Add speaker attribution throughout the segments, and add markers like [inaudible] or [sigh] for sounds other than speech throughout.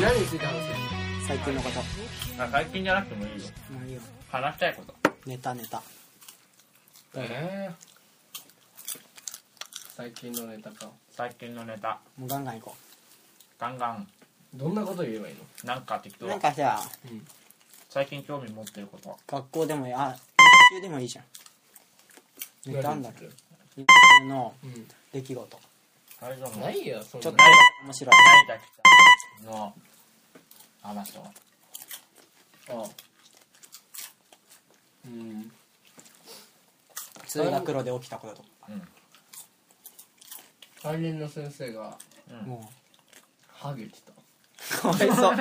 Speaker 1: 何について話す
Speaker 2: 最近のこと。
Speaker 3: あ最近じゃなくてもいいよ
Speaker 2: まあいいよ。
Speaker 3: 話したいこと
Speaker 2: ネタネタ。
Speaker 1: ええ最近のネタか
Speaker 3: 最近のネタ
Speaker 2: もうガンガン行こ
Speaker 3: ガンガン
Speaker 1: どんなこと言えばいいの
Speaker 3: なんか適当
Speaker 2: う。なんかさ、
Speaker 3: 最近興味持ってること
Speaker 2: 学校でもいい、あ、学級でもいいじゃん。ネタなんだけど。日中の
Speaker 1: う
Speaker 2: 出来事。
Speaker 3: あれじゃ
Speaker 1: ん
Speaker 3: な
Speaker 1: ないいよそん
Speaker 2: ちょっ
Speaker 1: な
Speaker 2: と
Speaker 1: の
Speaker 2: 面白い。
Speaker 3: 成田北の話と
Speaker 1: あうん
Speaker 2: 通学路で起きたこととか。
Speaker 3: うん
Speaker 1: 担任の先生が
Speaker 3: うん
Speaker 2: も
Speaker 1: ハゲてた
Speaker 2: う、かわいそう。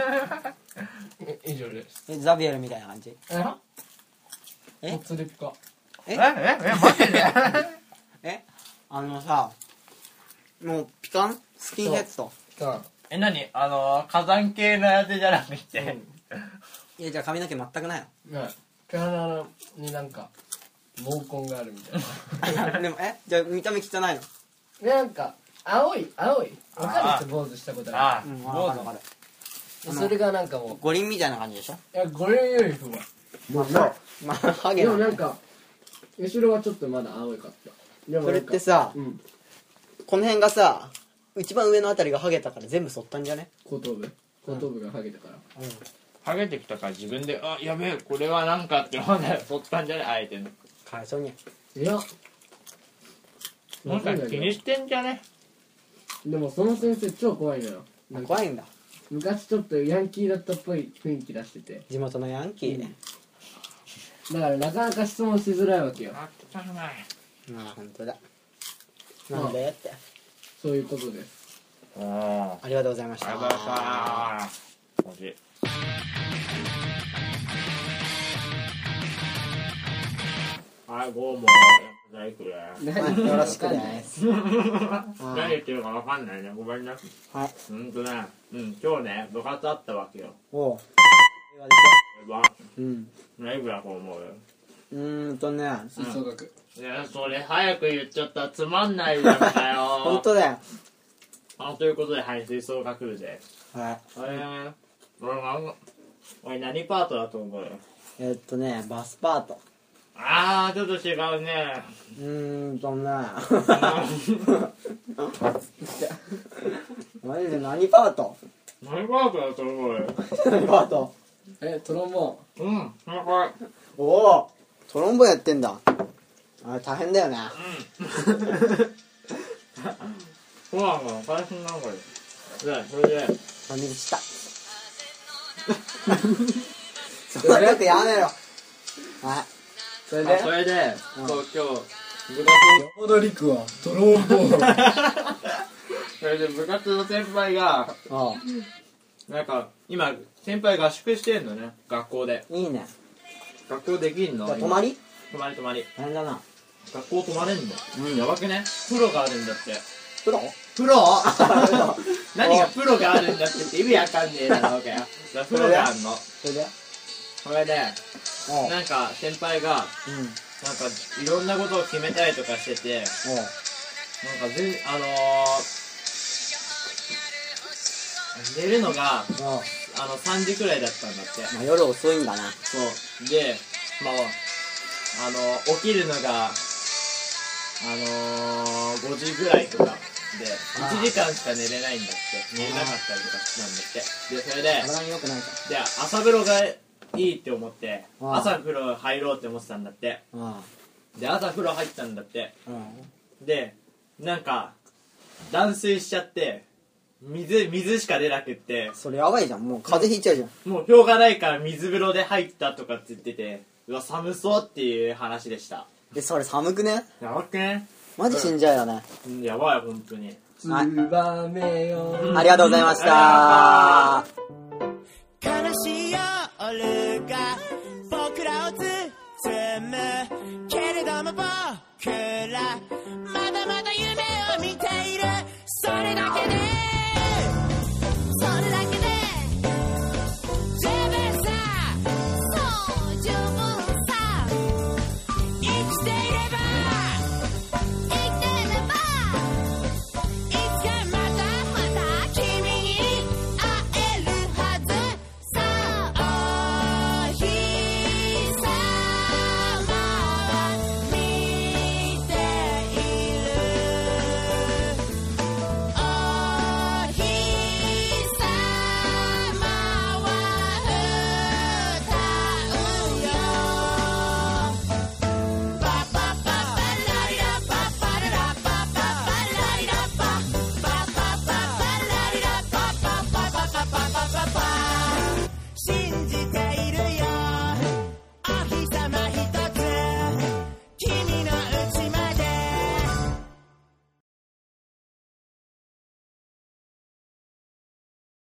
Speaker 1: え以上です
Speaker 2: え、ザビエルみたいな感じ。
Speaker 1: え
Speaker 2: え
Speaker 1: ほつれっか
Speaker 3: えええマジで
Speaker 2: え、あのさ、もうピカンスキンヘッド。
Speaker 1: ピカン
Speaker 3: [laughs] え何あのー火山系のやつじゃなくて、
Speaker 2: いや、じゃあ髪の毛全くない
Speaker 1: ね体になんか毛根があるみたいな
Speaker 2: の。 [laughs] でも、え、じゃあ見た目汚いの。
Speaker 1: で
Speaker 2: [laughs]
Speaker 1: なんか青い青いわかるっ
Speaker 3: あー
Speaker 1: て坊主したことあ
Speaker 3: ああ、
Speaker 2: うん、
Speaker 3: 坊
Speaker 2: わかる
Speaker 3: 主
Speaker 2: わかる。
Speaker 1: るそれがなんかも
Speaker 2: 五輪みたいな感じでしょ
Speaker 1: ういやこれより不満
Speaker 2: まあ、まあ、ハゲ
Speaker 1: で
Speaker 2: な
Speaker 1: も
Speaker 2: んだ
Speaker 1: な
Speaker 2: よ
Speaker 1: んか後ろはちょっとまだ青いかったでも
Speaker 2: そ
Speaker 1: な
Speaker 2: れっ
Speaker 1: んか
Speaker 2: てさ
Speaker 1: うん
Speaker 2: この辺がさ一番上のあたりがハゲたから全部剃ったんじゃね
Speaker 1: 後頭部後頭部がハゲたから
Speaker 2: うん
Speaker 3: ハゲてきたから自分であやべえこれはなんかって思ったら取ったんじゃないあえての
Speaker 2: かわいそうに
Speaker 1: いや
Speaker 3: なんか気にしてんじゃね
Speaker 1: でもその先生超怖いのよなんか
Speaker 2: 怖いんだ
Speaker 1: 昔ちょっとヤンキーだったっぽい雰囲気出してて
Speaker 2: 地元のヤンキーね
Speaker 1: だからなかなか質問しづらいわけよ
Speaker 3: あってたくない
Speaker 2: まあ本当だなんでって
Speaker 1: そういうことです
Speaker 3: おー
Speaker 2: ありがとうございました
Speaker 3: ありがとうございましたマジはい、どうも。じゃあ、いくれ。
Speaker 2: はいよろしくです
Speaker 3: 何言ってるかわかんないね。ごめんな。
Speaker 2: はい
Speaker 3: うんとね、うん、今日ね、部活あったわけよ。
Speaker 2: おう
Speaker 3: えば、
Speaker 2: うん
Speaker 3: 何ぐらいこう思う
Speaker 2: うーんとね
Speaker 1: 吹奏楽
Speaker 3: いや、それ早く言っちゃったらつまんないじゃんかよ。
Speaker 2: 本当だよ
Speaker 3: あということで、はい、吹奏楽部で。
Speaker 2: はい
Speaker 3: えー、俺何、俺何パートだと思うよ。
Speaker 2: えっとねバスパート
Speaker 3: あー、ちょっと違うね。
Speaker 2: うーん [laughs] とねマジで何パート
Speaker 3: 何パートだと思うよ。
Speaker 2: 何パート
Speaker 1: えトロンボ
Speaker 3: うん、なんか、
Speaker 2: おおトロンボやってんだあれ大変だよね [laughs]
Speaker 3: そうなの、お返しなんかです。で、それで、
Speaker 2: 飲み口した [laughs] そんなことやめろは
Speaker 1: それ
Speaker 3: あ
Speaker 1: で
Speaker 3: それで、
Speaker 2: うん
Speaker 3: そう、今日、部
Speaker 1: 山
Speaker 3: 活を、
Speaker 1: 田陸はトロンボーン
Speaker 3: それで部活の先輩が、
Speaker 2: いおう
Speaker 3: なんか、今、先輩合宿してんのね、学校で。
Speaker 2: いいね
Speaker 3: 学校できんの
Speaker 2: じゃあ
Speaker 3: 今
Speaker 2: 泊まり
Speaker 3: 泊まり泊まり。
Speaker 2: 大変だな
Speaker 3: 学校泊まれんのうん、やばくねプロがあるんだって。
Speaker 2: プロ
Speaker 3: プロ
Speaker 2: [laughs] そ
Speaker 3: 何がプロがあるんだってって意味わかんねえだろうがよ。じゃあプロがあんの。
Speaker 2: れで
Speaker 3: それで、
Speaker 2: おう
Speaker 3: なんか先輩が、
Speaker 2: うん
Speaker 3: なんかいろんなことを決めたりとかしてて、
Speaker 2: おう
Speaker 3: なんか全、あのー、寝るのが、
Speaker 2: おう
Speaker 3: あの、3時くらいだったんだって。
Speaker 2: まあ夜遅いんだな
Speaker 3: そう。で、まあ、あの、起きるのが、あのー、5時ぐらいとかで、
Speaker 2: あー
Speaker 3: 1時間しか寝れないんだって。寝れなかったりとかしたんだって。で、それで、
Speaker 2: 体に良くないじ
Speaker 3: で、朝風呂がいいって思って、
Speaker 2: あー
Speaker 3: 朝風呂入ろうって思ってたんだって。
Speaker 2: ゃんあ
Speaker 3: で、朝風呂入ったんだって。
Speaker 2: あうん
Speaker 3: で、なんか、断水しちゃって、水、水しか出なくって、
Speaker 2: それやばいじゃんもう風邪ひいちゃうじゃん
Speaker 3: もう氷がないから水風呂で入ったとかって言ってて、うわ、寒そうっていう話でした。
Speaker 2: でそれ寒くね
Speaker 3: やばくね
Speaker 2: マジ死んじゃうよね
Speaker 3: うんやばい、本当に。
Speaker 1: ツバメよ
Speaker 2: ありがとうございました
Speaker 4: 悲しい夜が僕らを包むけれども僕ら